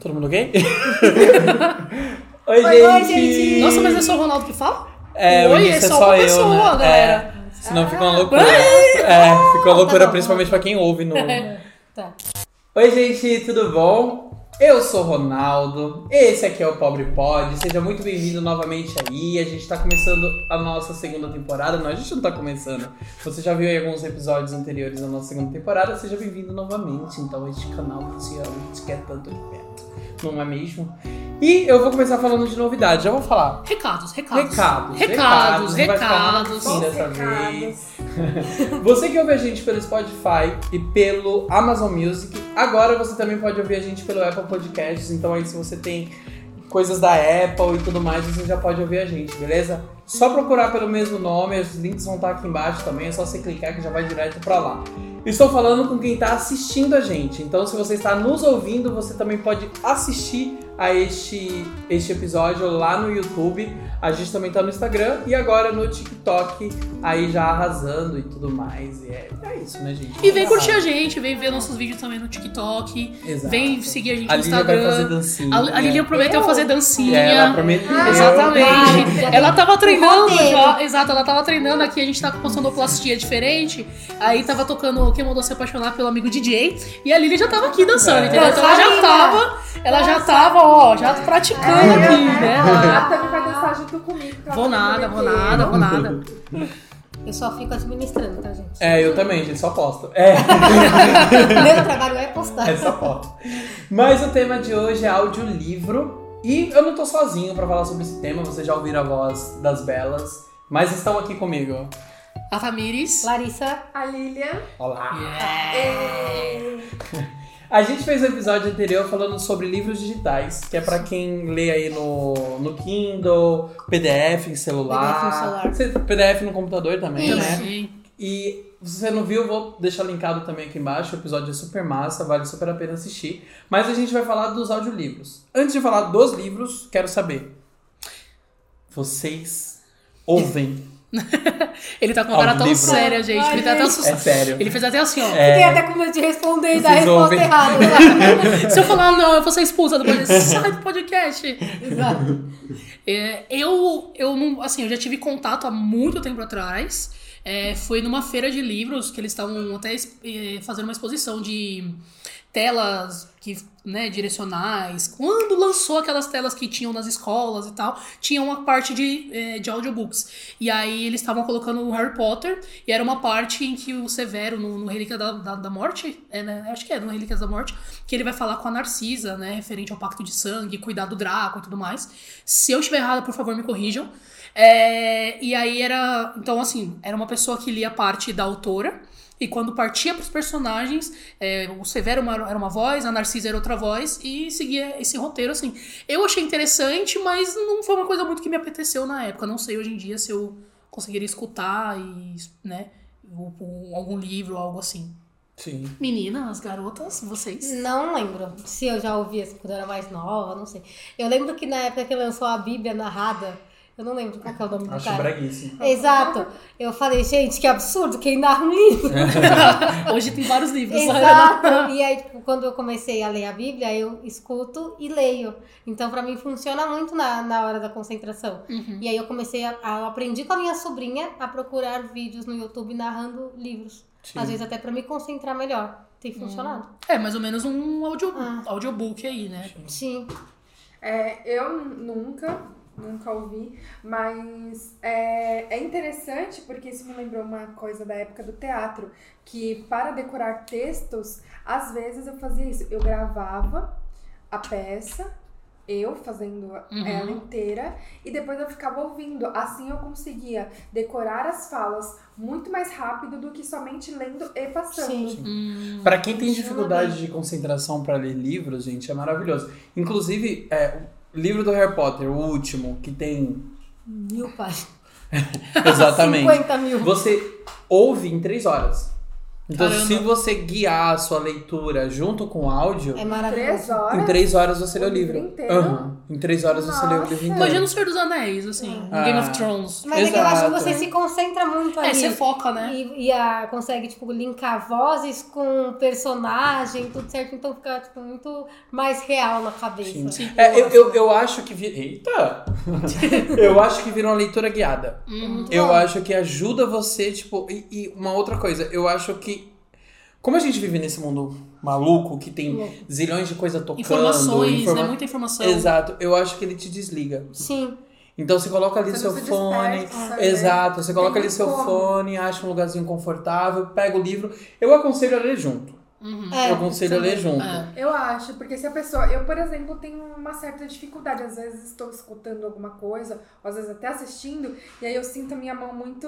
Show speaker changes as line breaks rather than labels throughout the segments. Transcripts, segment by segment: Todo mundo gay? Oi,
Oi,
gente!
gente!
Nossa, mas é só o Ronaldo que fala?
É,
Oi,
o
é
Nisso é
só
só
uma
eu,
pessoa,
né?
galera.
É, senão fica
Ah,
uma loucura. É, fica uma loucura principalmente pra quem ouve no...
Tá.
Oi, gente, tudo bom? Eu sou o Ronaldo, esse aqui é o Pobre Pod, seja muito bem-vindo novamente aí. A gente tá começando a nossa segunda temporada. Não, a gente não tá começando. Você já viu aí alguns episódios anteriores da nossa segunda temporada, seja bem-vindo novamente. Então, a este canal que te ama, te quer tanto de perto, não é mesmo? E eu vou começar falando de novidades, já vou falar.
Recados, Tá. recados.
É. Recados,
Recados,
Não vai ficar nada
recados.
assim
Bons
dessa
recados.
vez. Você que ouve a gente pelo Spotify e pelo Amazon Music, agora você também pode ouvir a gente pelo Apple Podcasts. Então aí se você tem coisas da Apple e tudo mais, você já pode ouvir a gente, beleza? Só procurar pelo mesmo nome, os links vão estar aqui embaixo também, é só você clicar que já vai direto pra lá. Estou falando com quem está assistindo a gente, então se você está nos ouvindo, você também pode assistir a este, este episódio lá no YouTube. A gente também tá no Instagram e agora no TikTok aí já arrasando e tudo mais. E é, é isso, né, gente?
E vem curtir a gente, vem ver nossos vídeos também no TikTok,
Exato.
vem seguir a gente
A
no
Lilian vai fazer
Instagram.
dancinha.
A, a Lilian prometeu
Eu?
fazer
É, Ela
dancinha.
prometeu.
Ah,
Exatamente.
eu-
Ela tava treinando
Roteiro.
já. Exato, ela tava treinando aqui. A gente tá com uma sonoplastia diferente. Aí tava tocando Quem Mandou Se Apaixonar pelo amigo DJ. E a Lilian já tava aqui dançando,
É.
entendeu? Então ela já
Dançarina.
tava. Ela já tava, ó, já praticando
É,
aqui,
né?
né?
Ela também vai dançar junto comigo. que ela
Vou
tá
nada,
prometendo.
vou nada, vou nada.
Eu só fico administrando, tá, gente?
É, eu também, gente, só posto. É,
Meu trabalho é postar.
é só posto. Mas o tema de hoje é audiolivro. E eu não tô sozinho pra falar sobre esse tema, vocês já ouviram a voz das belas. Mas estão aqui comigo.
A Tamires.
Larissa,
A Lilian.
Olá!
é,
A gente fez um episódio anterior falando sobre livros digitais, que é pra quem lê aí no, no Kindle, PDF em celular.
PDF no celular.
Cê- PDF no computador também,
Isso.
né? E se você não viu, eu vou deixar linkado também aqui embaixo. O episódio é super massa, vale super a pena assistir. Mas a gente vai falar dos audiolivros. Antes de falar dos livros, quero saber. Vocês ouvem?
Ele tá com uma
Ao
cara tão
livro.
séria, gente. que
Ai,
ele tá tão
gente.
É
assustado.
sério.
Ele fez até assim, ó.
É.
fiquei até com medo de responder e dar a
Vocês
resposta
ouvem.
errada.
Se eu falar "Ah, não, eu vou ser expulsa do podcast. Sai do podcast.
Exato.
É, eu, eu não, assim, eu já tive contato há muito tempo atrás. É, foi numa feira de livros que eles estavam até eh, fazendo uma exposição de telas que, né, direcionais. Quando lançou aquelas telas que tinham nas escolas e tal, tinha uma parte de, eh, de audiobooks. E aí eles estavam colocando o Harry Potter, e era uma parte em que o Severo, no, no Relíquia da, da, da Morte, é, né, acho que é, no Relíquias da Morte, que ele vai falar com a Narcisa, né, referente ao Pacto de Sangue, cuidar do Draco e tudo mais. Se eu estiver errada, por favor, me corrijam. É, e aí era. Então, assim, era uma pessoa que lia a parte da autora. E quando partia pros personagens, é, o Severo era uma- era uma voz, a Narcisa era outra voz, e seguia esse roteiro, assim. Eu achei interessante, mas não foi uma coisa muito que me apeteceu na época. Não sei hoje em dia se eu conseguiria escutar e, né, ou- ou algum livro, algo assim.
Sim.
Meninas, garotas, vocês.
Não lembro se eu já ouvi assim quando eu era mais nova, não sei. Eu lembro que na época que lançou a Bíblia narrada, eu não lembro qual que é o nome do
Acho
cara.
braguíssimo.
Exato. Eu falei, gente, que absurdo, quem narra um livro?
Hoje tem vários livros. né?
Exato. E aí, tipo, quando eu comecei a ler a Bíblia, eu escuto e leio. Então, pra mim, funciona muito na, na hora da concentração.
Uhum.
E aí, eu comecei a, a- eu aprendi com a minha sobrinha a procurar vídeos no YouTube narrando livros.
Sim.
Às vezes, até pra me concentrar melhor. Tem funcionado.
É, mais ou menos um audio,
Ah.
audiobook aí, né?
Sim.
É, eu nunca, nunca ouvi, mas é, é interessante porque isso me lembrou uma coisa da época do teatro, que para decorar textos, às vezes eu fazia isso, eu gravava a peça, eu fazendo
Uhum.
ela inteira, e depois eu ficava ouvindo. Assim eu conseguia decorar as falas muito mais rápido do que somente lendo e passando.
Sim.
Hum,
Pra quem tem dificuldade de concentração pra ler livros, gente, é maravilhoso. Inclusive, é, o livro do Harry Potter, o último, que tem.
Mil páginas.
Exatamente.
50 mil.
Você ouve em três horas. Então,
Caramba.
se você guiar a sua leitura junto com o áudio,
É maravilhoso.
Três horas.
em três horas você lê o
O livro
livro.
inteiro?
Aham. Em três horas você lê o livro
Nossa.
inteiro.
Imagina o Senhor dos Anéis, assim,
É. Ah.
Game of Thrones.
Mas é que eu acho que
Exato.
você se concentra muito ali.
É, você foca, né?
E, e a, consegue, tipo, linkar vozes com personagem, tudo certo. Então fica, tipo, muito mais real na cabeça. Tipo,
Sim.
Sim.
É, eu, eu, eu acho que. Vi... Eita! eu acho que vira uma leitura guiada.
É
Hum.
muito
Eu
bom.
acho que ajuda você, tipo. E, e uma outra coisa, eu acho que. Como a gente vive nesse mundo maluco, que tem
Louco.
zilhões de coisa tocando.
Informações,
informa-
né? Muita informação.
Exato, eu acho que ele te desliga.
Sim.
Então você coloca ali
Você
seu
não se
fone.
dispersa, né?
Exato, você coloca
Tem
ali seu
como.
fone, acha um lugarzinho confortável, pega o livro. Eu aconselho a ler junto.
Uhum.
É,
eu aconselho a ler junto.
É.
Eu acho, porque se a pessoa. Eu, por exemplo, tenho uma certa dificuldade. Às vezes estou escutando alguma coisa, ou às vezes até assistindo, e aí eu sinto a minha mão muito.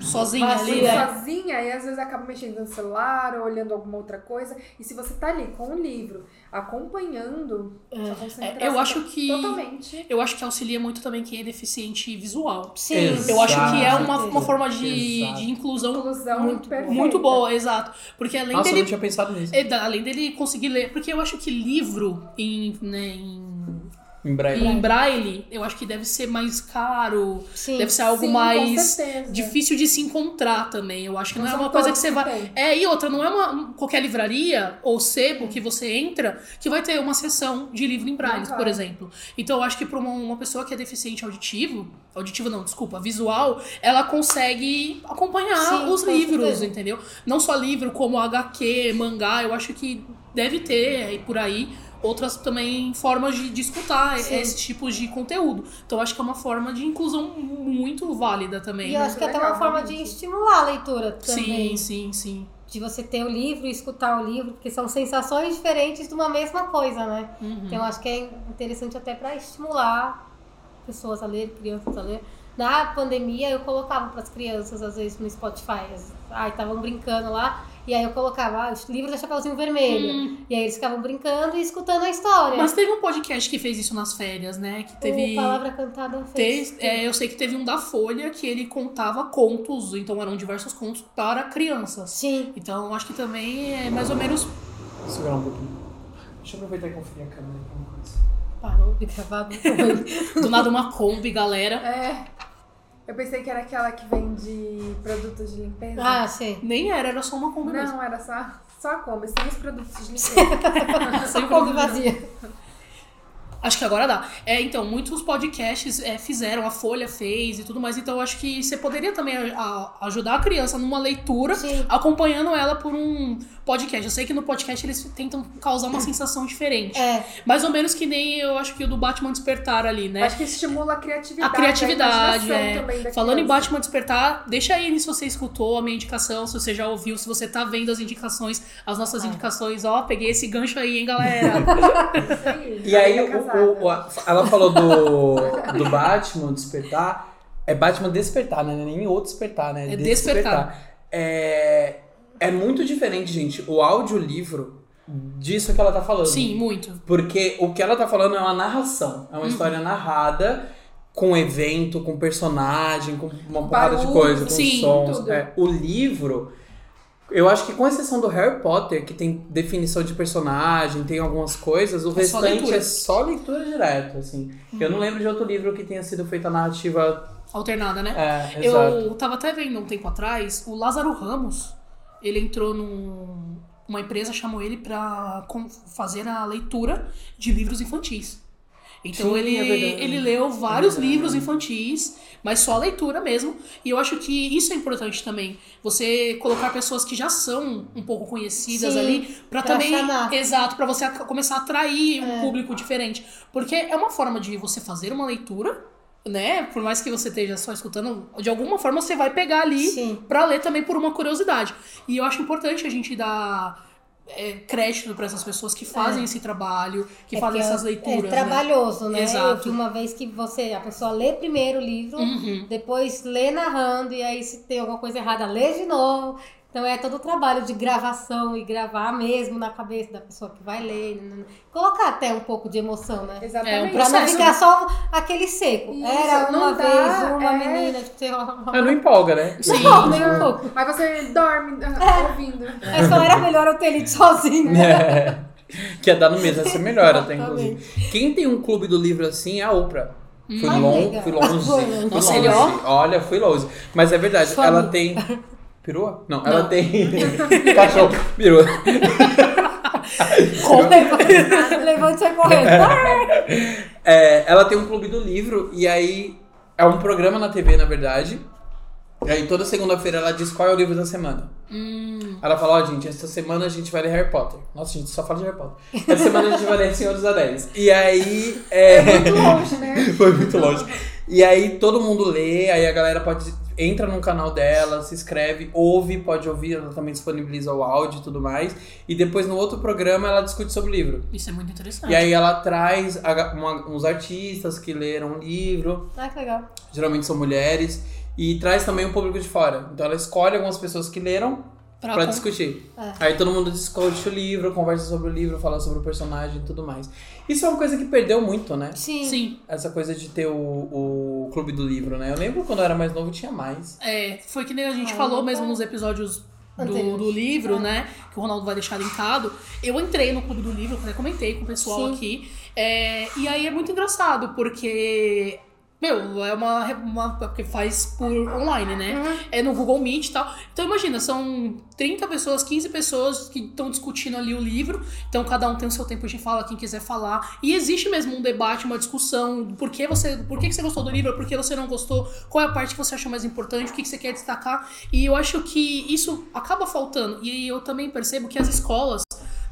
Sozinha
Vazia.
ali,
muito
né?
sozinha, e às vezes eu acabo mexendo no celular ou olhando alguma outra coisa. E se você tá ali com o livro, acompanhando, sua concentração
É, eu
tá
acho que-
Totalmente.
Eu acho que auxilia muito também quem é deficiente visual.
Sim.
Exato.
Eu acho que é uma,
Certeza.
uma forma de,
Exato.
de inclusão
Inclusão
muito,
perfeita.
muito boa, exato. Porque além
Nossa, eu
dele
não tinha pensado nisso.
É, da- além dele conseguir ler, porque eu acho que livro em, né, em,
Em breve.
em braille, eu acho que deve ser mais caro,
Sim.
deve ser é algo
Sim, com
mais
certeza.
difícil de se encontrar também. Eu acho que não,
Não
é
são
uma coisa que
todos
você
que
vai.
tem.
É, e outra, não é uma um- qualquer livraria ou sebo que você entra que vai ter uma sessão de livro em braille,
Não vai.
por exemplo. Então eu acho que para uma, uma pessoa que é deficiente auditivo, auditivo não, desculpa, visual, ela consegue acompanhar
Sim,
os
com
livros,
certeza.
entendeu? Não só livro, como HQ, mangá, eu acho que deve ter aí por aí outras também formas de, de escutar
Sim.
esse tipo de conteúdo. Então eu acho que é uma forma de inclusão muito válida também. né?
E eu acho que é até uma
Legal,
forma de
realmente.
estimular a leitura também.
Sim, sim, sim.
De você ter o livro e escutar o livro, porque são sensações diferentes de uma mesma coisa, né?
Uhum.
Então eu acho que é interessante até para estimular pessoas a ler, crianças a ler. Na pandemia eu colocava para as crianças, às vezes, no Spotify. as- Ai, estavam brincando lá. E aí eu colocava ah, os livros da Chapeuzinho Vermelho.
Hum,
E aí eles ficavam brincando e escutando a história.
mas teve um podcast que fez isso nas férias, né? Que teve.
O Palavra Cantada fez.
Te- é, eu sei que teve um da Folha que ele contava contos, então eram diversos contos para crianças.
Sim.
Então eu acho que também é mais ou menos.
Vou segurar um pouquinho. Deixa eu aproveitar e conferir a câmera aqui uma coisa.
Parou de gravar. depois.
Do nada uma Kombi, galera.
É. Eu pensei que era aquela que vende produtos de limpeza.
ah, sei.
Nem era, era só uma Kombi mesmo.
Não, era só, só a Kombi, sem os produtos de limpeza.
Só Kombi
né?
vazia.
Acho que agora dá. É, então, muitos podcasts é, fizeram, a Folha fez e tudo mais. Então, eu acho que você poderia também a- a- ajudar a criança numa leitura,
Sim.
acompanhando ela por um podcast. Eu sei que no podcast eles tentam causar uma sensação diferente.
É.
Mais ou menos que nem eu acho que o do Batman Despertar ali, né?
Acho que estimula a criatividade.
A criatividade,
a
é.
imaginação também da
Falando em
criança.
Batman Despertar, deixa aí se você escutou a minha indicação, se você já ouviu, se você tá vendo as indicações, as nossas
Ah.
indicações. Ó, peguei esse gancho aí, hein, galera?
Isso
E aí, o,
tá casada.
É,
o- o- a- ela falou do, do Batman despertar. É Batman despertar, né? Não é nem o despertar, né?
É
É, é muito diferente, gente, o audiolivro disso que ela tá falando.
Sim, muito.
Porque o que ela tá falando é uma narração. É uma
Uhum.
história narrada com evento, com personagem, com uma porrada de
Barulho,
coisa, com
sim,
sons.
tudo.
é. o livro, eu acho que com exceção do Harry Potter, que tem definição de personagem, tem algumas coisas, o
É só
restante
leitura. Uhum.
é só leitura direto, assim. Eu não lembro de outro livro que tenha sido feita a narrativa.
Alternada, né?
É, exato.
Eu tava até vendo um tempo atrás, o Lázaro Ramos, ele entrou num. Uma empresa chamou ele pra com- fazer a leitura de livros infantis. Então
Sim,
ele,
é verdade.
ele leu vários
É verdade.
livros infantis, mas só a leitura mesmo. E eu acho que isso é importante também. Você colocar pessoas que já são um pouco conhecidas
Sim,
ali pra
pra
também.
chamar.
Exato, pra você ac- começar a atrair
É.
um público diferente. Porque é uma forma de você fazer uma leitura, né? Por mais que você esteja só escutando, de alguma forma você vai pegar ali
Sim.
pra ler também por uma curiosidade. E eu acho importante a gente dar é, crédito pra essas pessoas que fazem esse trabalho, que
É
fazem
que é-
essas leituras.
É
né?
trabalhoso, né?
Exato.
De uma vez que você, a pessoa lê primeiro o livro,
Uhum.
depois lê narrando, e aí se tem alguma coisa errada, lê de novo. Então é todo o trabalho de gravação e gravar mesmo na cabeça da pessoa que vai ler. né, né, né. Colocar até um pouco de emoção, né?
Exatamente.
Pra não
Processo,
ficar só aquele seco.
Isso,
Era
não
uma
dá,
vez, uma
é.
menina, tipo, sei lá.
Ah, não empolga, né?
Sim.
Não, nem um pouco.
Mas você dorme ah, ouvindo.
Mas só era melhor eu ter lido sozinho.
É. Que ia dar no mesmo, é ia ser melhor até,
Exatamente.
tá, inclusive. Quem tem um clube do livro assim é a Oprah. Fui,
Ai,
long,
legal.
fui longe.
Foi
fui
longe.
longe.
Você olhou?
Olha, fui longe. Mas é verdade,
Sua
ela
amiga.
tem. Perua? Não, ela tem. Cachorro. Perua.
Levante- Levante e correndo.
É, ela tem um clube do livro e aí é um programa na TV, na verdade. E aí toda segunda-feira ela diz qual é o livro da semana.
Hum.
Ela fala, ó, gente, essa semana a gente vai ler Harry Potter. Nossa, a gente só fala de Harry Potter. Essa semana a gente vai ler Senhor dos Anéis. E aí. é-
Muito longe, né?
Foi muito longe. E aí todo mundo lê, aí a galera pode. Entra no canal dela, se inscreve, ouve, pode ouvir, ela também disponibiliza o áudio e tudo mais. E depois no outro programa ela discute sobre o livro.
Isso é muito interessante.
E aí ela traz a- uma- uns artistas que leram o livro,
Ai, Ah, que legal.
geralmente são mulheres, e traz também o público de fora. Então ela escolhe algumas pessoas que leram
Pra
pra
con-
discutir.
É.
Aí todo mundo discute o livro, conversa sobre o livro, fala sobre o personagem e tudo mais. Isso é uma coisa que perdeu muito, né?
Sim.
Sim,
Essa coisa de ter o, o clube do livro, né? Eu lembro quando eu era mais novo tinha mais.
é, foi que nem a gente
Ah,
falou
então.
mesmo nos episódios do,
Anteriores.
do livro,
Ah.
né? Que o Ronaldo vai deixar linkado. Eu entrei no clube do livro, eu até comentei com o pessoal
Sim.
aqui. é, e aí é muito engraçado, porque. Meu, é uma, uma. Porque faz por online, né?
Uhum.
É no Google Meet e tal. Então imagina, são 30 pessoas, 15 pessoas que estão discutindo ali o livro. Então cada um tem o seu tempo de fala, quem quiser falar. E existe mesmo um debate, uma discussão. do Por que você, por que que você gostou do livro? Por que você não gostou? Qual é a parte que você achou mais importante? O que que você quer destacar? E eu acho que isso acaba faltando. E eu também percebo que as escolas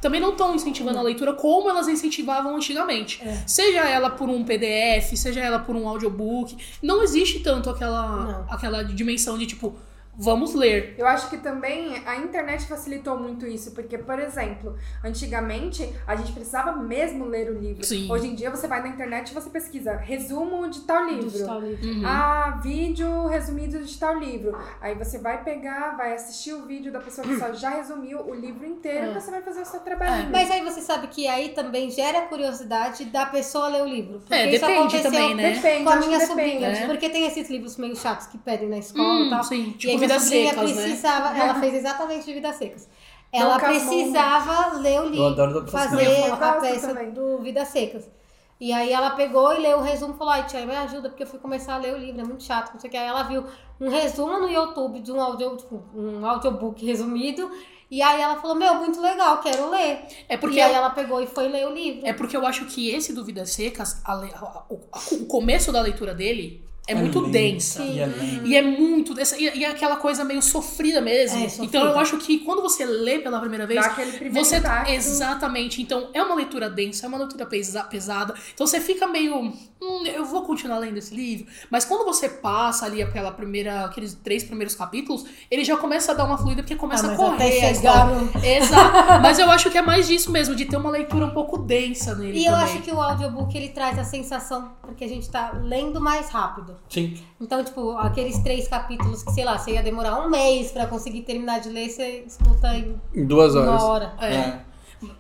também não estão incentivando a leitura como elas incentivavam antigamente.
Uhum. É.
Seja ela por um PDF, seja ela por um audiobook, não existe tanto aquela,
Não.
aquela dimensão de tipo, vamos ler.
Eu acho que também a internet facilitou muito isso, porque, por exemplo, antigamente a gente precisava mesmo ler o livro.
Sim.
Hoje em dia você vai na internet e você pesquisa resumo de
um
tal livro.
Digital livre.
Uhum.
Ah, vídeo resumido de tal livro. Aí você vai pegar, vai assistir o vídeo da pessoa que só já resumiu o livro inteiro e
É.
você vai fazer o seu trabalhinho.
Mas aí você sabe que aí também gera curiosidade da pessoa ler o livro. Porque
É,
isso
depende
aconteceu
também, né?
Depende,
com a
acho que
minha
depende.
sobrinha.
né?
Porque tem esses livros meio chatos que pedem na escola
Hum,
e tal.
sim,
e
tipo
aí minha
vidas
sobrinha
secas, né?
precisava, ela fez exatamente de vidas secas.
Não
Ela
com a mão, né?
precisava ler o
Eu
livro,
adoro da professora.
fazer
Eu
a
gosto
peça
também.
do Vidas Secas. E aí ela pegou e leu o resumo e falou, ai tia, me ajuda, porque eu fui começar a ler o livro, é muito chato, não sei o que. Aí ela viu um resumo no YouTube de um, audio, tipo, um audiobook resumido, e aí ela falou, meu, muito legal, quero ler.
É porque
e aí ela pegou e foi ler o livro.
é porque eu acho que esse do Vidas Secas, a le- a- o, a- o começo da leitura dele é, muito
lento,
densa.
E é lento.
E é muito dessa. E, e é aquela coisa meio sofrida mesmo.
É, sofrida.
Então eu acho que quando você lê pela primeira vez,
Dá aquele primeiro
Você
impacto.
exatamente. Então é uma leitura densa, é uma leitura pesa- pesada. Então você fica meio, hum, eu vou continuar lendo esse livro, mas quando você passa ali pela primeira, aqueles três primeiros capítulos, ele já começa a dar uma fluida porque começa
Ah,
a
mas
correr.
até
a
chegar
história.
no...
Exato. mas eu acho que é mais disso mesmo, de ter uma leitura um pouco densa nele
E eu
também.
acho que o audiobook ele traz a sensação, porque a gente tá lendo mais rápido.
Sim.
Então, tipo, aqueles três capítulos que, sei lá, você ia demorar um mês pra conseguir terminar de ler, você escuta em
Em duas horas.
uma hora.
É.
É.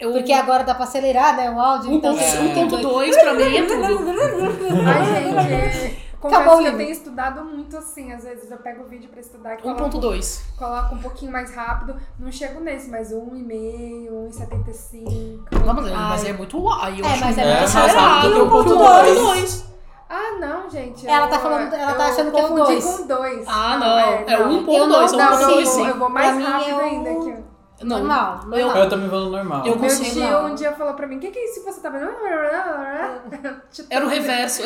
Eu-
Porque agora dá pra acelerar, né, o áudio.
um
então,
ponto-
você-
é.
um ponto dois pra mim é tudo.
Ai, gente, é- confesso
Acabou o
que eu
livro.
tenho estudado muito assim. Às vezes eu pego o vídeo pra estudar e coloco,
1.2.
coloco um pouquinho mais rápido. Não chego nesse, mas 1,5, 1,75.
Vamos ver, mas
Ai.
é muito. Aí eu
É,
acho
mas é
muito
muito Tipo,
acelerado.
acelerado.
É,
Um ponto
dois.
dois.
Ah, não, gente.
Ela
eu-
tá falando- ela tá
eu
achando que é um
confundi
dois.
com dois.
Ah, não. É
um
não.
1.2,
Eu
é
não- não,
Não, não,
1.2.
eu, vou- eu vou mais
Pra mim é
rápido
o-
ainda aqui.
Não.
normal, normal.
Eu também vou no normal.
Eu-
Meu
consigo,
tio
não.
um dia falou pra mim, o que, que é isso que você tá vendo?
Era o reverso.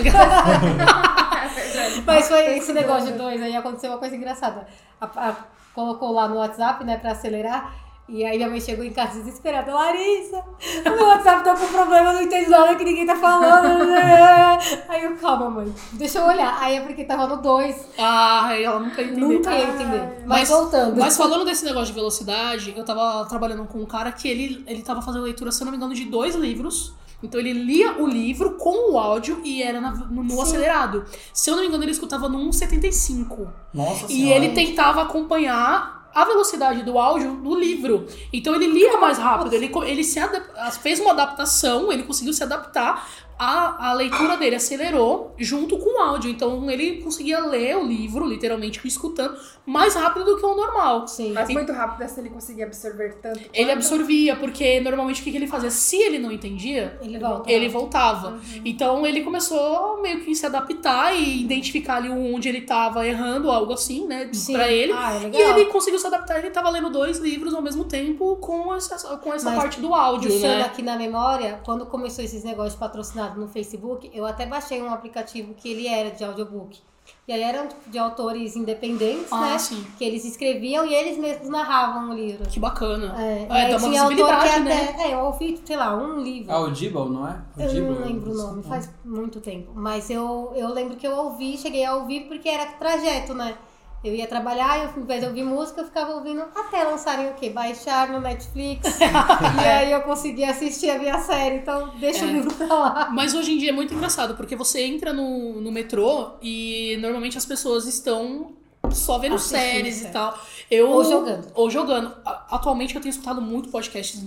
Mas foi esse negócio de dois, aí aconteceu uma coisa engraçada. A- a- colocou lá no WhatsApp, né, pra acelerar. E aí minha mãe chegou em casa desesperada. Larissa, o meu WhatsApp tá com problema, eu não entendo nada que ninguém tá falando. Aí eu, calma, mãe, deixa eu olhar. Aí é porque tava no dois,
Ah, ela nunca entendeu.
nunca ia
Ai.
entender. Mas, voltando.
Mas falando desse negócio de velocidade, eu tava trabalhando com um cara que ele, ele tava fazendo leitura, se eu não me engano, de dois livros. Então ele lia o livro com o áudio e era na- no, no
Sim.
um acelerado. Se eu não me engano, ele escutava no 1,75.
Nossa
E
Senhora.
ele tentava acompanhar a velocidade do áudio no livro. Então ele lia mais rápido, ele, co- ele se adap- fez uma adaptação, ele conseguiu se adaptar. A, a leitura dele acelerou junto com o áudio. Então ele conseguia ler o livro, literalmente escutando, mais rápido do que o normal.
Sim.
Mas muito rápido essa ele conseguia absorver tanto.
Ele
quanto.
absorvia, porque normalmente o que que ele fazia? Se ele não entendia,
Ele volta.
ele voltava.
Uhum.
Então ele começou meio que se adaptar e identificar ali onde ele tava errando, algo assim, né?
Sim.
Pra ele.
Ah, é
E
legal.
ele conseguiu se adaptar, ele tava lendo dois livros ao mesmo tempo com essa, com essa
Mas é
parte do áudio,
Puxando
né?
aqui na memória, quando começou esses negócios patrocinados no Facebook, eu até baixei um aplicativo que ele era de audiobook. E aí eram tipo, de autores independentes,
Ah,
né?
sim.
Que eles escreviam e eles mesmos narravam o livro.
Que bacana.
É,
Ah,
aí
dá uma
tinha autor que
visibilidade,
até.
né?
É, eu ouvi, sei lá, um livro.
Audible, não é?
Eu
Audible?
não lembro o nome, faz muito tempo. Mas eu, eu lembro que eu ouvi, cheguei a ouvir porque era trajeto, né? Eu ia trabalhar, eu, ao invés de ouvir música, eu ficava ouvindo até lançarem o quê? Baixar no Netflix.
É.
e aí eu conseguia assistir a minha série. Então, deixa o livro pra lá.
Mas hoje em dia é muito engraçado, porque você entra no, no metrô e normalmente as pessoas estão só vendo
Assistindo
séries e
séries.
tal. Eu,
Ou jogando.
Ou jogando. A- Atualmente eu tenho escutado muito podcasts,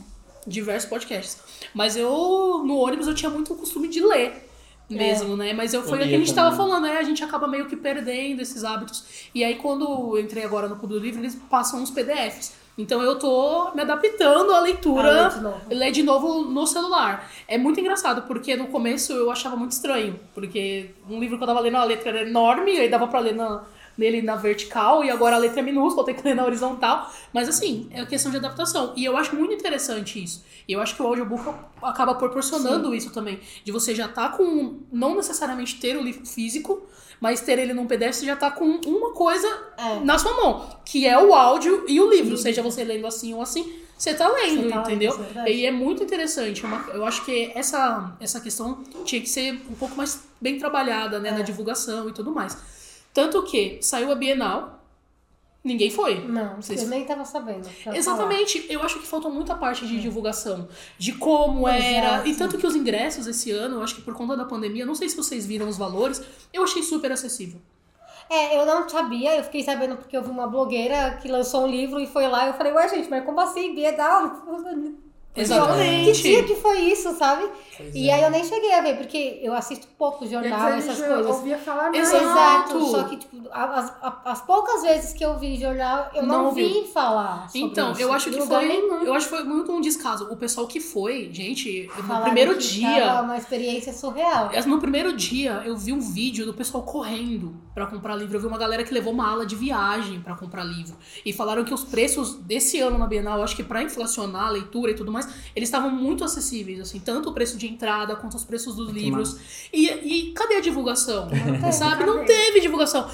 diversos podcasts. Mas eu, no ônibus, eu tinha muito o costume de ler
É.
mesmo, né? Mas eu foi o que a
lia
gente tava
também.
falando, né? A gente acaba meio que perdendo esses hábitos. E aí, quando eu entrei agora no Clube do Livro, eles passam uns PDFs. Então eu tô me adaptando à leitura
Ah, de novo.
ler de novo no celular. É muito engraçado, porque no começo eu achava muito estranho, porque um livro que eu tava lendo, a letra era enorme, aí dava pra ler na- nele na vertical, e agora a letra é minúscula, eu tenho que ler na horizontal. Mas assim, é questão de adaptação. E eu acho muito interessante isso. E eu acho que o audiobook acaba proporcionando isso também, de você já tá com, não necessariamente ter o livro físico, mas ter ele num PDF, você já tá com uma coisa
É.
na sua mão, que é o áudio e o livro, seja você lendo assim ou assim, você tá lendo,
Você tá lendo,
entendeu?
isso é verdade.
e é muito interessante. é uma- eu acho que essa, essa questão tinha que ser um pouco mais bem trabalhada, né,
É.
na divulgação e tudo mais. Tanto que saiu a Bienal, ninguém foi.
Não,
Vocês-
eu nem tava sabendo. pra falar. É.
Exatamente, eu acho que faltou muita parte de divulgação, de como era. E
Exato.
tanto que os ingressos esse ano, eu acho que por conta da pandemia, não sei se vocês viram os valores, eu achei super acessível.
É, eu não sabia, eu fiquei sabendo porque eu vi uma blogueira que lançou um livro e foi lá. Eu falei, ué, gente, mas como assim? Bienal?
Exatamente.
é. Que dia que foi isso, sabe?
Pois
E
é.
aí eu nem cheguei a ver, porque eu assisto pouco
E
jornal,
antes a
essas
gente
coisas.
ouvia falar nada.
Exato.
Só que, tipo, a- as, a- as poucas vezes que eu vi jornal, eu não,
Não
vi falar. sobre
Então,
isso,
eu acho
em
que
lugar
foi.
nenhum.
Eu acho que foi muito um descaso. O pessoal que foi, gente, no
Falaram
primeiro
que
dia.
tava uma experiência surreal.
No primeiro dia, eu vi um vídeo do pessoal correndo pra comprar livro. Eu vi uma galera que levou uma ala de viagem pra comprar livro. E falaram que os preços desse ano na Bienal, acho que pra inflacionar a leitura e tudo mais, eles estavam muito acessíveis, assim. Tanto o preço de entrada, quanto os preços dos livros. E, e cadê a divulgação?
teve,
sabe? Não
cadê?
teve divulgação.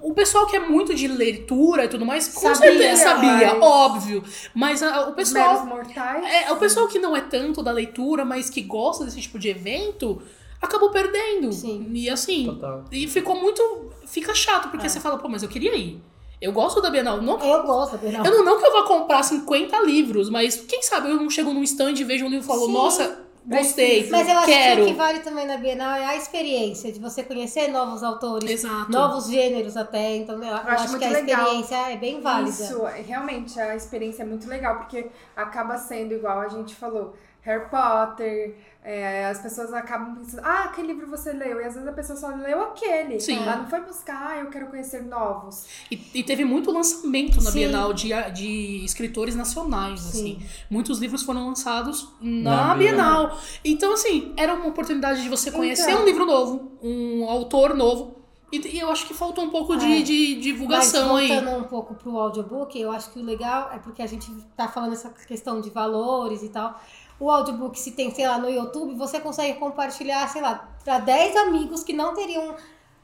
O pessoal que é muito de leitura e tudo mais, com
Sabia,
certeza sabia,
mas-
óbvio. Mas a- o
Os
pessoal
meros mortais.
é, o pessoal que não é tanto da leitura, mas que gosta desse tipo de evento, acabou perdendo.
Sim. É.
E assim,
Total.
e ficou muito. Fica chato, porque você fala, pô, mas eu queria ir. Eu gosto da Bienal. Não,
Eu gosto, Bienal.
eu não, não que eu vá comprar 50 livros, mas quem sabe eu não chego num stand e vejo um livro e falo,
Sim.
nossa, gostei.
Mas eu acho
quero.
que é o que vale também na Bienal é a experiência de você conhecer novos autores,
Exato.
novos gêneros até. Então, eu, eu
acho
acho, que
muito
a
legal.
experiência é bem válida.
Isso, é- realmente, a experiência é muito legal, porque acaba sendo igual a gente falou, Harry Potter, é, as pessoas acabam pensando, ah, que livro você leu? E às vezes a pessoa só leu aquele.
Sim.
Ela não foi buscar, ah, eu quero conhecer novos.
E, e teve muito lançamento na
Sim.
Bienal de, de escritores nacionais,
Sim.
assim. Muitos livros foram lançados na,
Na
Bienal.
Bienal.
Então, assim, era uma oportunidade de você conhecer
Então.
um livro novo, um autor novo. E, e eu acho que faltou um pouco de,
É.
de divulgação
Mas
aí.
voltando um pouco pro audiobook, eu acho que o legal é porque a gente tá falando essa questão de valores e tal. O audiobook, se tem, sei lá, no YouTube, você consegue compartilhar, sei lá, para 10 amigos que não teriam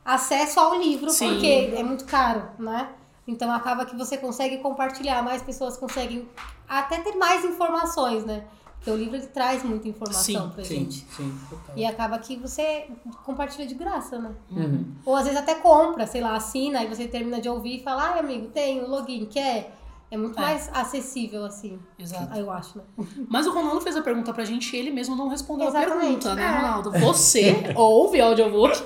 acesso ao livro,
Sim.
porque é muito caro, né? Então acaba que você consegue compartilhar, mais pessoas conseguem até ter mais informações, né? Porque o livro ele traz muita informação
Sim,
pra
Sim,
gente.
sim, total.
E acaba que você compartilha de graça, né?
Uhum.
Ou às vezes até compra, sei lá, assina, aí você termina de ouvir e fala, ai amigo, tem o login, quer? É muito
É.
mais acessível, assim,
Exato.
eu acho, né?
Mas o Ronaldo fez a pergunta pra gente e ele mesmo não respondeu a
Exatamente.
pergunta, né,
É.
Ronaldo? Você ouve audiobook?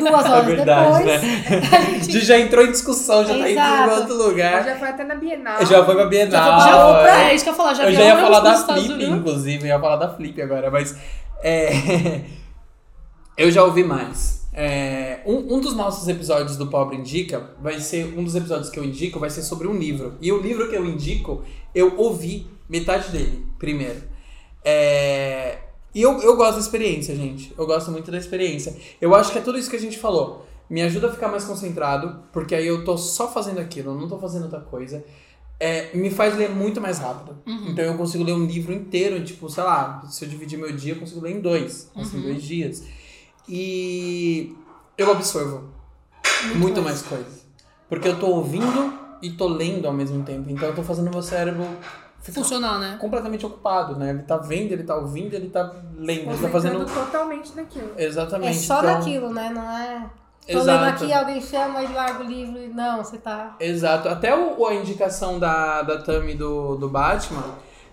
Duas
É
horas
verdade,
depois. é
né? A gente já entrou em discussão, já tá indo em
Exato.
outro lugar.
Já foi até na Bienal.
Já, foi pra Bienal.
já vou pra.
é.
É isso que eu ia falar, já
eu já
viemos
ia falar
pros
da
Estados
Flip,
Unidos.
inclusive, eu ia falar da Flip agora, mas é, eu já ouvi mais. É, um, um dos nossos episódios do Pobre Indica vai ser. Um dos episódios que eu indico vai ser sobre um livro. E o livro que eu indico, eu ouvi metade dele primeiro. É, e eu, eu gosto da experiência, gente. Eu gosto muito da experiência. Eu acho que é tudo isso que a gente falou. Me ajuda a ficar mais concentrado, porque aí eu tô só fazendo aquilo, eu não tô fazendo outra coisa. É, me faz ler muito mais rápido.
Uhum.
Então eu consigo ler um livro inteiro, tipo, sei lá, se eu dividir meu dia, eu consigo ler em dois, assim,
Uhum.
dois dias. E eu absorvo muito, mais coisas. Porque eu tô ouvindo e tô lendo ao mesmo tempo. Então eu tô fazendo meu cérebro ficar
Funcional, né?
completamente ocupado, né? Ele tá vendo, ele tá ouvindo, ele tá lendo, ele tá
Concentrando
fazendo.
totalmente naquilo.
Exatamente.
É só
então...
naquilo, né? Não é. Tô lendo
Exato.
aqui, alguém chama e larga o livro e não, você tá.
Exato. Até o, a indicação da, da Tami do, do Batman,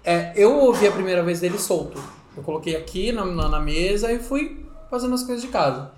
é, eu ouvi a primeira vez dele solto. Eu coloquei aqui na, na, na mesa e fui fazendo as coisas de casa.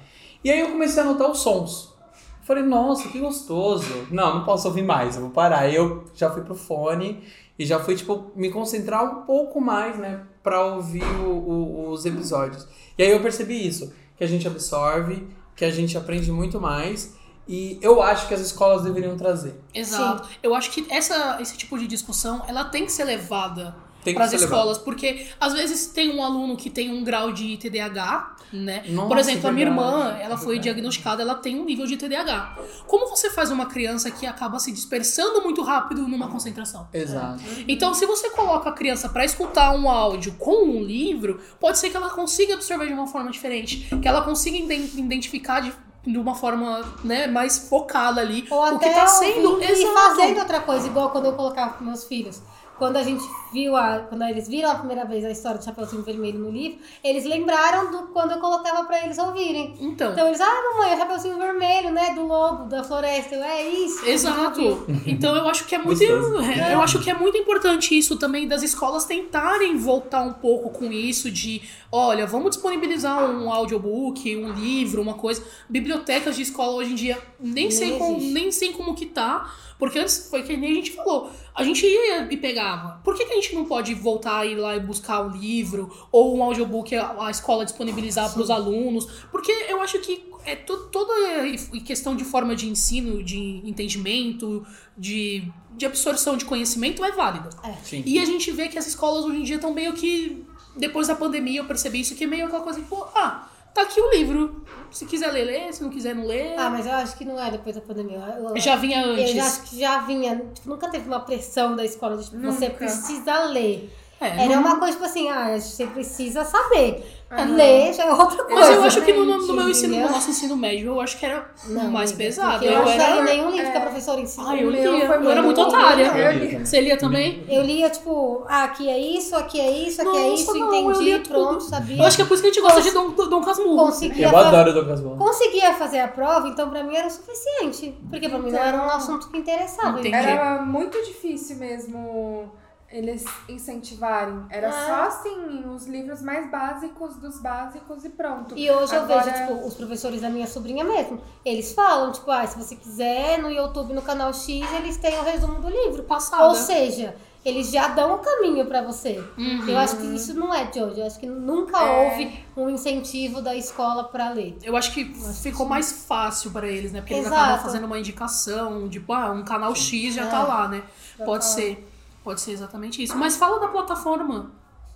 E aí eu comecei a notar os sons. Falei, nossa, que gostoso. Não, não posso ouvir mais, eu vou parar. Aí eu já fui pro fone e já fui, tipo, me concentrar um pouco mais, né, pra ouvir o- o- os episódios. E aí eu percebi isso, que a gente absorve, que a gente aprende muito mais. E eu acho que as escolas deveriam trazer.
Exato. Eu acho que essa, esse tipo de discussão ela tem que ser levada
Tem que
para as
ser levado.
escolas, porque às vezes tem um aluno que tem um grau de TDAH, né?
Nossa,
Por exemplo, a minha
verdade. é
irmã, ela foi
Verdade.
diagnosticada, ela tem um nível de TDAH. Como você faz uma criança que acaba se dispersando muito rápido numa concentração?
Exato.
Então, se você coloca a criança para escutar um áudio com um livro, pode ser que ela consiga absorver de uma forma diferente, que ela consiga iden- identificar de, de uma forma né, mais focada ali
Ou
o
até
que tá sendo
ouvindo e
exato.
fazendo outra coisa, igual quando eu colocava com meus filhos. Quando a gente viu a. Quando eles viram a primeira vez a história do Chapeuzinho Vermelho no livro, eles lembraram do quando eu colocava pra eles ouvirem.
Então,
Então eles, ah, mamãe, é o Chapeuzinho Vermelho, né? Do lobo, da floresta. Eu, é isso.
Exato. Então eu acho que é muito
Gostoso.
é, eu acho que é muito importante isso também das escolas tentarem voltar um pouco com isso de, olha, vamos disponibilizar um audiobook, um livro, uma coisa. Bibliotecas de escola hoje em dia nem
Nem
sei como,
existe.
nem sei como que tá, porque antes foi que nem a gente falou, a gente ia e pegava. Por que, que a gente não pode voltar e ir lá e buscar um livro ou um audiobook a, a escola disponibilizar para os alunos? Porque eu acho que é to- toda e- questão de forma de ensino, de entendimento, de, de absorção de conhecimento é válida.
Sim.
E a gente vê que as escolas hoje em dia estão meio que. Depois da pandemia eu percebi isso, que é meio aquela coisa que, pô, ah, tá aqui o livro. Se quiser ler, lê. Se não quiser, não lê.
Ah, mas eu acho que não é depois da pandemia. Eu- eu-
Já vinha antes.
Eu acho que já vinha. Tipo, nunca teve uma pressão da escola de tipo, você
Nunca.
precisa ler.
É,
Era
não-
uma coisa tipo assim, ah, você precisa saber.
Aham.
Ler já é outra coisa.
Mas eu acho que no, no- no meu
Gente,
ensino, no
entendeu?
nosso ensino médio, eu acho que era
Não,
mais
amiga,
pesado.
porque Eu,
Eu
não
era.
era... nenhum livro
é.
que a professora ensinou.
Ai, eu
meu
lia.
foi
Eu era muito
muito-
otária.
Eu li.
Você lia também?
Eu lia, tipo, ah, aqui é isso, aqui é isso, aqui é
Nossa,
isso,
não, eu lia
entendi,
tudo.
pronto, sabia.
Eu acho que é por isso que a gente gosta de Dom, Dom Casmurro.
conseguia,
Eu
fa-
adoro o Douglas Bond.
conseguia fazer a prova, então pra mim era o suficiente. Porque pra mim não era um
Então-
assunto que interessava.
Entendi.
Era muito difícil mesmo eles incentivarem. Era
Ah.
só assim, os livros mais básicos dos básicos e pronto.
E hoje eu
Agora-
vejo, tipo, os professores da minha sobrinha mesmo. Eles falam, tipo, ah, se você quiser, no YouTube, no canal X, eles têm o resumo do livro.
Passada.
Ou seja, eles já dão o caminho pra você.
Uhum.
Eu acho que isso não é de hoje. Eu acho que nunca
É.
houve um incentivo da escola pra ler.
Eu acho que ficou mais fácil pra eles, né? Porque eles
Exato.
acabam fazendo uma indicação, tipo, ah, um canal X já tá
É.
lá, né?
Já
Pode
tá lá.
ser. Pode ser exatamente isso. Mas fala da plataforma.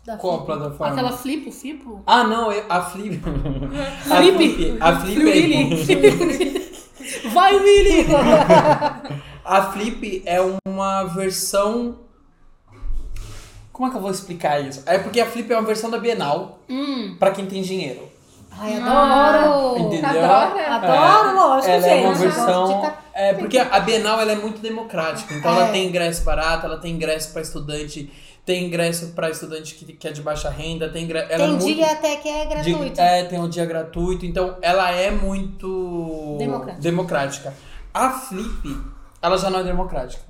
Da
Qual a
FIP.
plataforma?
assim? Aquela Flipo, Fipo?
Ah, não, eu- a Flip. a
Flip.
Flip. é A Flip.
Willy! Vai, Willy!
a Flip é uma versão. Como é que eu vou explicar isso? É porque a Flip é uma versão da Bienal
Hum,
pra quem tem dinheiro.
Ai,
Entendi.
adoro!
Entendeu?
Ah,
Adora.
tá.
Adoro, lógico,
Ela
gente.
é uma
Gosto de
versão.
tá-
É, porque a Bienal ela é muito democrática. Então ela
É.
tem ingresso barato, ela tem ingresso pra estudante, tem ingresso pra estudante que, que é de baixa renda, tem ingresso. Ela é
Tem
muito
dia até que é
De-
gratuito.
é, tem um dia gratuito. Então, ela é muito
Democrática.
democrática. A Flip, ela já não é democrática.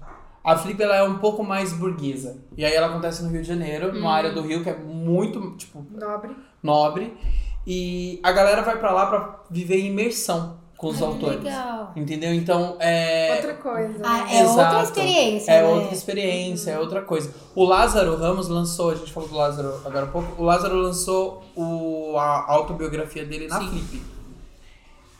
A Flip ela é um pouco mais burguesa. E aí ela acontece no Rio de Janeiro,
Hum.
numa área do Rio que é muito, tipo,
Nobre.
nobre. E a galera vai pra lá pra viver em imersão com os
Ai, que
autores.
Legal.
Entendeu? Então, é
Outra coisa.
Ah,
né?
é outra
Exato.
experiência.
é
né?
outra experiência, é outra coisa. O Lázaro Ramos lançou, a gente falou do Lázaro agora há pouco, o Lázaro lançou o, a autobiografia dele na
Sim.
Flip.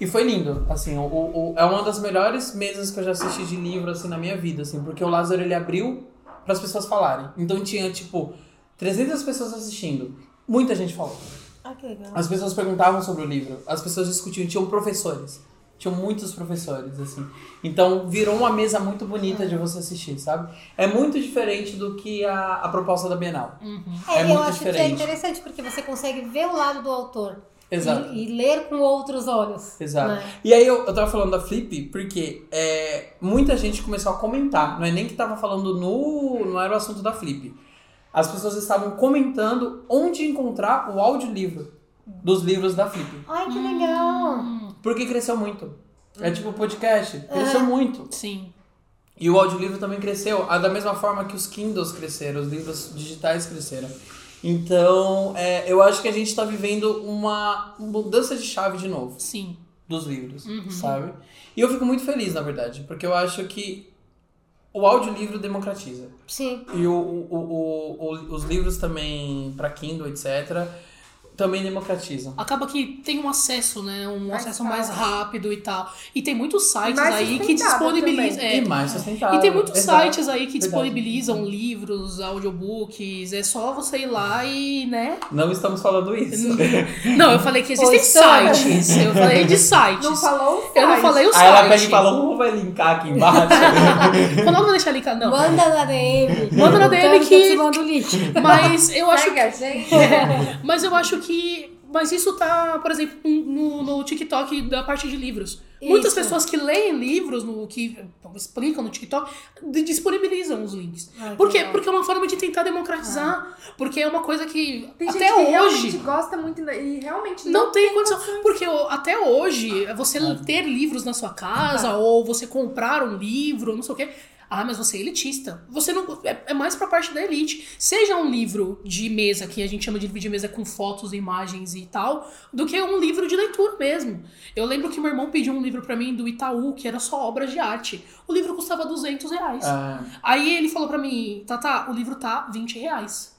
E foi lindo, assim, o, o- é uma das melhores mesas que eu já assisti de livro, assim, na minha vida, assim, porque o Lázaro, ele abriu para as pessoas falarem. Então tinha, tipo, 300 pessoas assistindo, muita gente falou.
Ah, que legal.
As pessoas perguntavam sobre o livro, as pessoas discutiam, tinham professores. Tinham muitos professores, assim. Então virou uma mesa muito bonita de você assistir, sabe? É muito diferente do que a, a proposta da Bienal.
É,
É
eu
muito
acho que é
diferente.
interessante, porque você consegue ver o lado do autor
Exato.
E, e ler com outros olhos.
Exato.
né?
E aí eu, eu tava falando da Flip porque é, muita gente começou a comentar. Não é nem que tava falando no. Não era o assunto da Flip. As pessoas estavam comentando onde encontrar o audiolivro dos livros da Flip.
Ai, que legal!
Hum,
Porque cresceu muito. É tipo podcast, cresceu muito.
sim.
E o audiolivro também cresceu, ah, da mesma forma que os Kindles cresceram, os livros digitais cresceram. Então, é, eu acho que a gente está vivendo uma mudança de chave de novo
Sim.
dos livros,
Uhum.
sabe? E eu fico muito feliz, na verdade, porque eu acho que o audiolivro democratiza.
Sim.
E o, o, o, o- os livros também, para Kindle, etc., também democratizam.
Acaba que tem um acesso, né? Um
Mais
acesso
fácil.
mais rápido e tal. E tem muitos sites
Mais
aí que
sustentável
disponibilizam.
e
é,
mais sustentável.
E tem muitos
exato.
sites aí que
Ah, Verdade.
disponibilizam livros, audiobooks, é só você ir lá e, né?
Não estamos falando isso. é.
Não, eu falei que existem
Ou estamos.
sites. Eu falei de sites.
Não falou o
eu não
site.
falei o
Aí ela pega
site.
e fala, como vai linkar aqui embaixo?
Eu não vou deixar linkado, não.
Manda na DM.
Manda na DM
Tanto
que-
te manda o link.
Mas eu acho
Segue a gente.
Mas eu acho que. Mas isso tá, por exemplo, no, no TikTok da parte de livros. Muitas
Isso.
pessoas que leem livros, no, que explicam no TikTok, di- disponibilizam os links.
Ai, que
Por quê?
legal.
Porque é uma forma de tentar democratizar.
Ah.
Porque é uma coisa que
Tem gente
até
que
hoje
realmente gosta muito da- e realmente não.
não tem condição. Porque o- até hoje, você ter livros na sua casa, ou você comprar um livro, não sei o quê. Ah, mas você é elitista. Você não. É, é mais pra parte da elite. Seja um livro de mesa, que a gente chama de livro de mesa com fotos, imagens e tal, do que um livro de leitura mesmo. Eu lembro que meu irmão pediu um livro pra mim do Itaú, que era só obras de arte. O livro custava 200 reais.
Ah,
Aí ele falou pra mim, Tata, o livro tá 20 reais.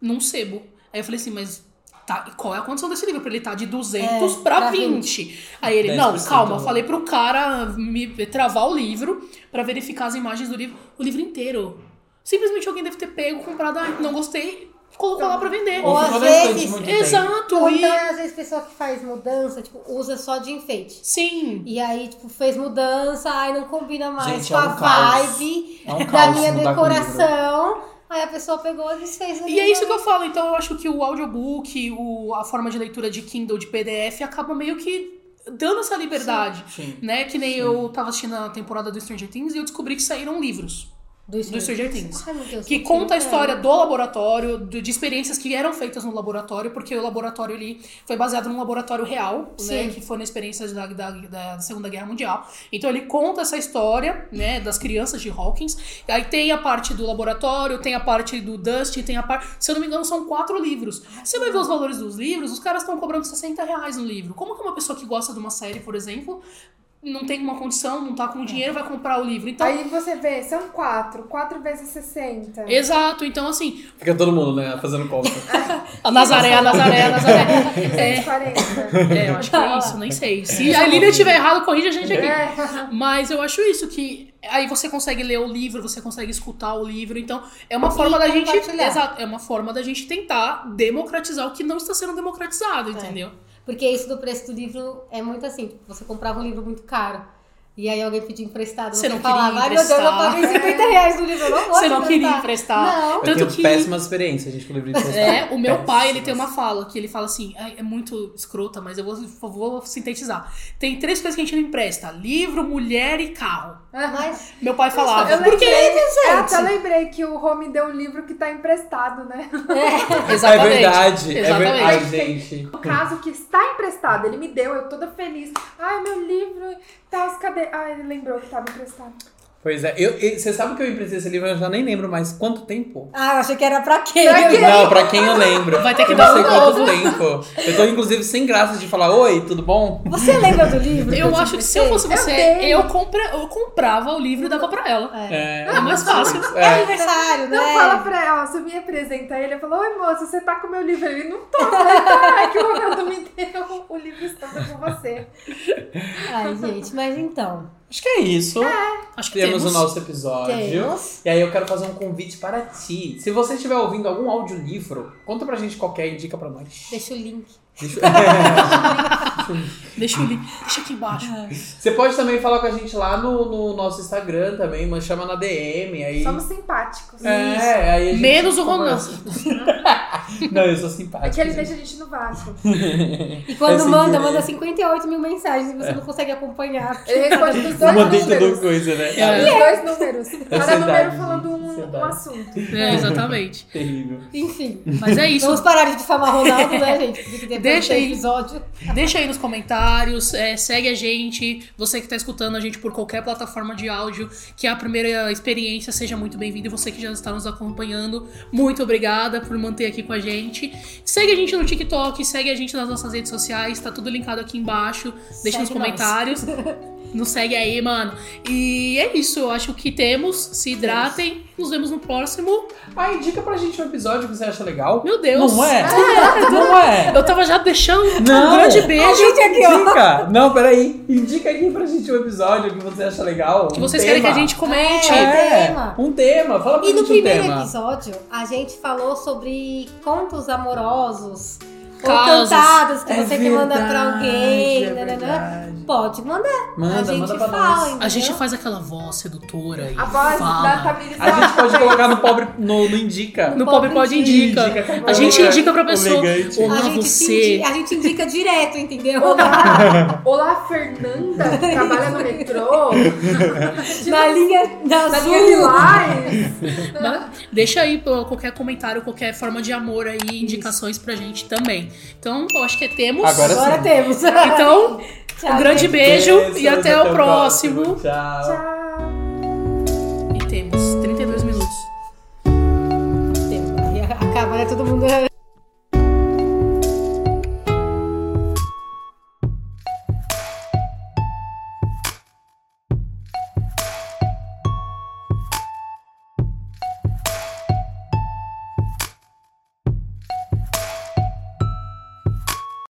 Num sebo. Aí eu falei assim, mas tá, e qual é a condição desse livro? Pra ele tá de 200 pra,
pra
20. Aí ele, não,
10%
calma,
do-
falei pro cara me travar o livro pra verificar as imagens do livro. O livro inteiro. Simplesmente alguém deve ter pego, comprado, ah, não gostei, colocou lá pra vender.
Ou
Ou
às
ficou na estante
vezes-
muito tempo.
Exato.
Ou
E,
então, às vezes, pessoa que faz mudança, tipo, usa só de enfeite.
sim.
E aí, tipo, fez mudança, aí não combina mais
Gente,
com
é
a
um caos.
vibe
É um
da
caos
minha
mudar com livro. né?
decoração. Aí a pessoa pegou e desfez.
né? E é isso que eu falo, então eu acho que o audiobook, o, a forma de leitura de Kindle, de PDF, acaba meio que dando essa liberdade.
Sim.
Né? Que nem eu tava assistindo a temporada do Stranger Things e eu descobri que saíram livros
Do
do Stranger Things.
Ai, meu Deus,
Que
gente,
conta a
não é.
história do laboratório, do- de experiências que eram feitas no laboratório, porque o laboratório ele foi baseado num laboratório real, né?
Sim.
Que foi na experiência da, da, da Segunda Guerra Mundial. Então ele conta essa história, né, das crianças de Hawkins. Aí tem a parte do laboratório, tem a parte do Dusty, tem a parte. Se eu não me engano, são quatro livros. Você vai ver os valores dos livros, os caras estão cobrando 60 reais no livro. Como que uma pessoa que gosta de uma série, por exemplo, não tem uma condição, não tá com dinheiro, vai comprar o livro? Então.
Aí você vê, são quatro. Quatro vezes 60.
Exato, então assim,
Fica todo mundo, né, fazendo conta.
A Nazaré, a Nazaré, a Nazaré. É,
140.
é, eu acho que é isso, nem sei. Se a Lívia tiver errado, corrija a gente aqui.
é.
Mas eu acho isso, que aí você consegue ler o livro, você consegue escutar o livro, então é uma forma
E
da gente.
compartilhar.
Exato, é uma forma da gente tentar democratizar o que não está sendo democratizado, entendeu?
Porque isso do preço do livro é muito assim. tipo, Você comprava um livro muito caro. E aí alguém pedia emprestado.
Você
Você,
não queria
falava, ai meu Deus, eu
emprestar."
paguei 50 reais no livro, eu não vou
Você
te
não queria
emprestar.
emprestar.
Não.
Eu
Tanto
tenho
que-
péssima experiência, gente, com o livro de texto.
É, o meu pai, ele
Péssimas.
tem uma fala que ele fala assim, "Ai, é muito escrota, mas eu vou, vou sintetizar. Tem três coisas que a gente não empresta: livro, mulher e carro.
Mas
Meu pai falava. É,
Eu
Porque
lembrei, eu até
gente.
lembrei que o Home deu um livro que tá emprestado, né?
É
Exatamente.
verdade, é
Exatamente.
verdade. Ai, gente.
O caso que está emprestado, ele me deu, eu toda feliz. Ai, meu livro, tá, os cadê? Ai, ele lembrou que tava emprestado.
Pois é, eu, eu- você sabe que eu emprestei esse livro, eu já nem lembro mais quanto tempo.
Ah, eu achei que era pra quê?
Pra quê?
Não, pra quem eu lembro.
Vai ter que
eu
dar
não sei
um
quanto tempo. Eu tô, inclusive, sem graça de falar, oi, tudo bom?
Você lembra do livro?
Eu
te
acho que se eu
emprestei?
fosse
Eu
você, é
dei.
eu, compra, eu comprava o livro e dava pra ela.
É.
É,
É mais fácil.
É aniversário, né?
Não, fala pra ela, você me apresenta aí. Ele falou, oi moça, você tá com o meu livro? Ele não tô. Eu falei, "Ah, é que o Ronaldo me deu o livro está com você.
Ai, gente, mas então.
Acho que é isso.
Acho que
Temos
Ah, temos.
o nosso episódio.
Temos.
E aí eu quero fazer um convite para ti. Se você estiver ouvindo algum audiolivro, conta pra gente qualquer e indica pra nós.
Deixa o link.
Deixa eu-
Deixa eu link. Deixa aqui embaixo.
Você pode também falar com a gente lá no, no nosso Instagram também, mas chama na DM aí.
Somos simpáticos.
É, aí a gente
Menos o
conversa.
Ronaldo.
Não, eu sou
É que
simpático.
ele deixa a gente no vácuo.
É
E quando
sem
manda,
querer.
manda 58 mil mensagens e você não consegue acompanhar.
Ele responde dos dois
Uma dentro
números.
do coisa, né?
É.
Cara,
Os dois números. Cada
Ansiedade,
número falando
gente,
um, um
ansiedade.
assunto.
É, exatamente.
Terrível.
Enfim.
Mas é isso.
Vamos parar de difamar Ronaldo, né, gente? Porque depois
Deixa
tem
aí.
episódio.
Então, Deixa aí nos comentários, é, segue a gente, você que tá escutando a gente por qualquer plataforma de áudio, que a primeira experiência seja muito bem-vinda e você que já está nos acompanhando, muito obrigada por manter aqui com a gente. Segue a gente no TikTok, segue a gente nas nossas redes sociais, tá tudo linkado aqui embaixo, deixa
Segue
nos
nós.
comentários. Nos segue aí, mano. E é isso, eu acho que temos. Se hidratem, nos vemos no próximo.
Ah, indica pra gente um episódio que você acha legal.
Meu Deus!
Não é? Não é?
Eu tava já deixando
Não.
um grande beijo.
gente aqui, ó.
Indica! Não, peraí. Indica aqui pra gente um episódio que você acha legal.
Que
um
vocês querem que a
tema.
gente comente.
É,
tema.
um tema. Fala pra
E no
gente um
primeiro
tema.
episódio, a gente falou sobre contos amorosos. Ou
Casos.
cantadas que
É
você que manda pra
verdade,
alguém.
é
né,
nananã.
verdade.
Pode mandar,
Manda,
a gente
manda pra
fala.
nós.
A gente
entendeu?
faz aquela voz sedutora e
A voz da
fala.
Tamiris.
A gente pode colocar no pobre. No, no Indica. É,
No Pobre Pode Indica. A gente indica pra pessoa. Um
Elegante.
Ou
a
não
gente,
você.
indi- a gente indica direto, entendeu?
Olá, olá, Fernanda, que trabalha no metrô.
na linha da
Na
azul.
linha de Lais.
Mas Deixa aí pô, qualquer comentário, qualquer forma de amor aí, indicações pra gente também. Então, eu acho que é temos.
Agora
Agora
sim.
temos.
Então,
Tchau,
um grande
gente.
beijo e
Beijos,
até, o próximo.
Tchau.
Tchau.
E temos 32 minutos.
Aí acaba, né? Todo mundo.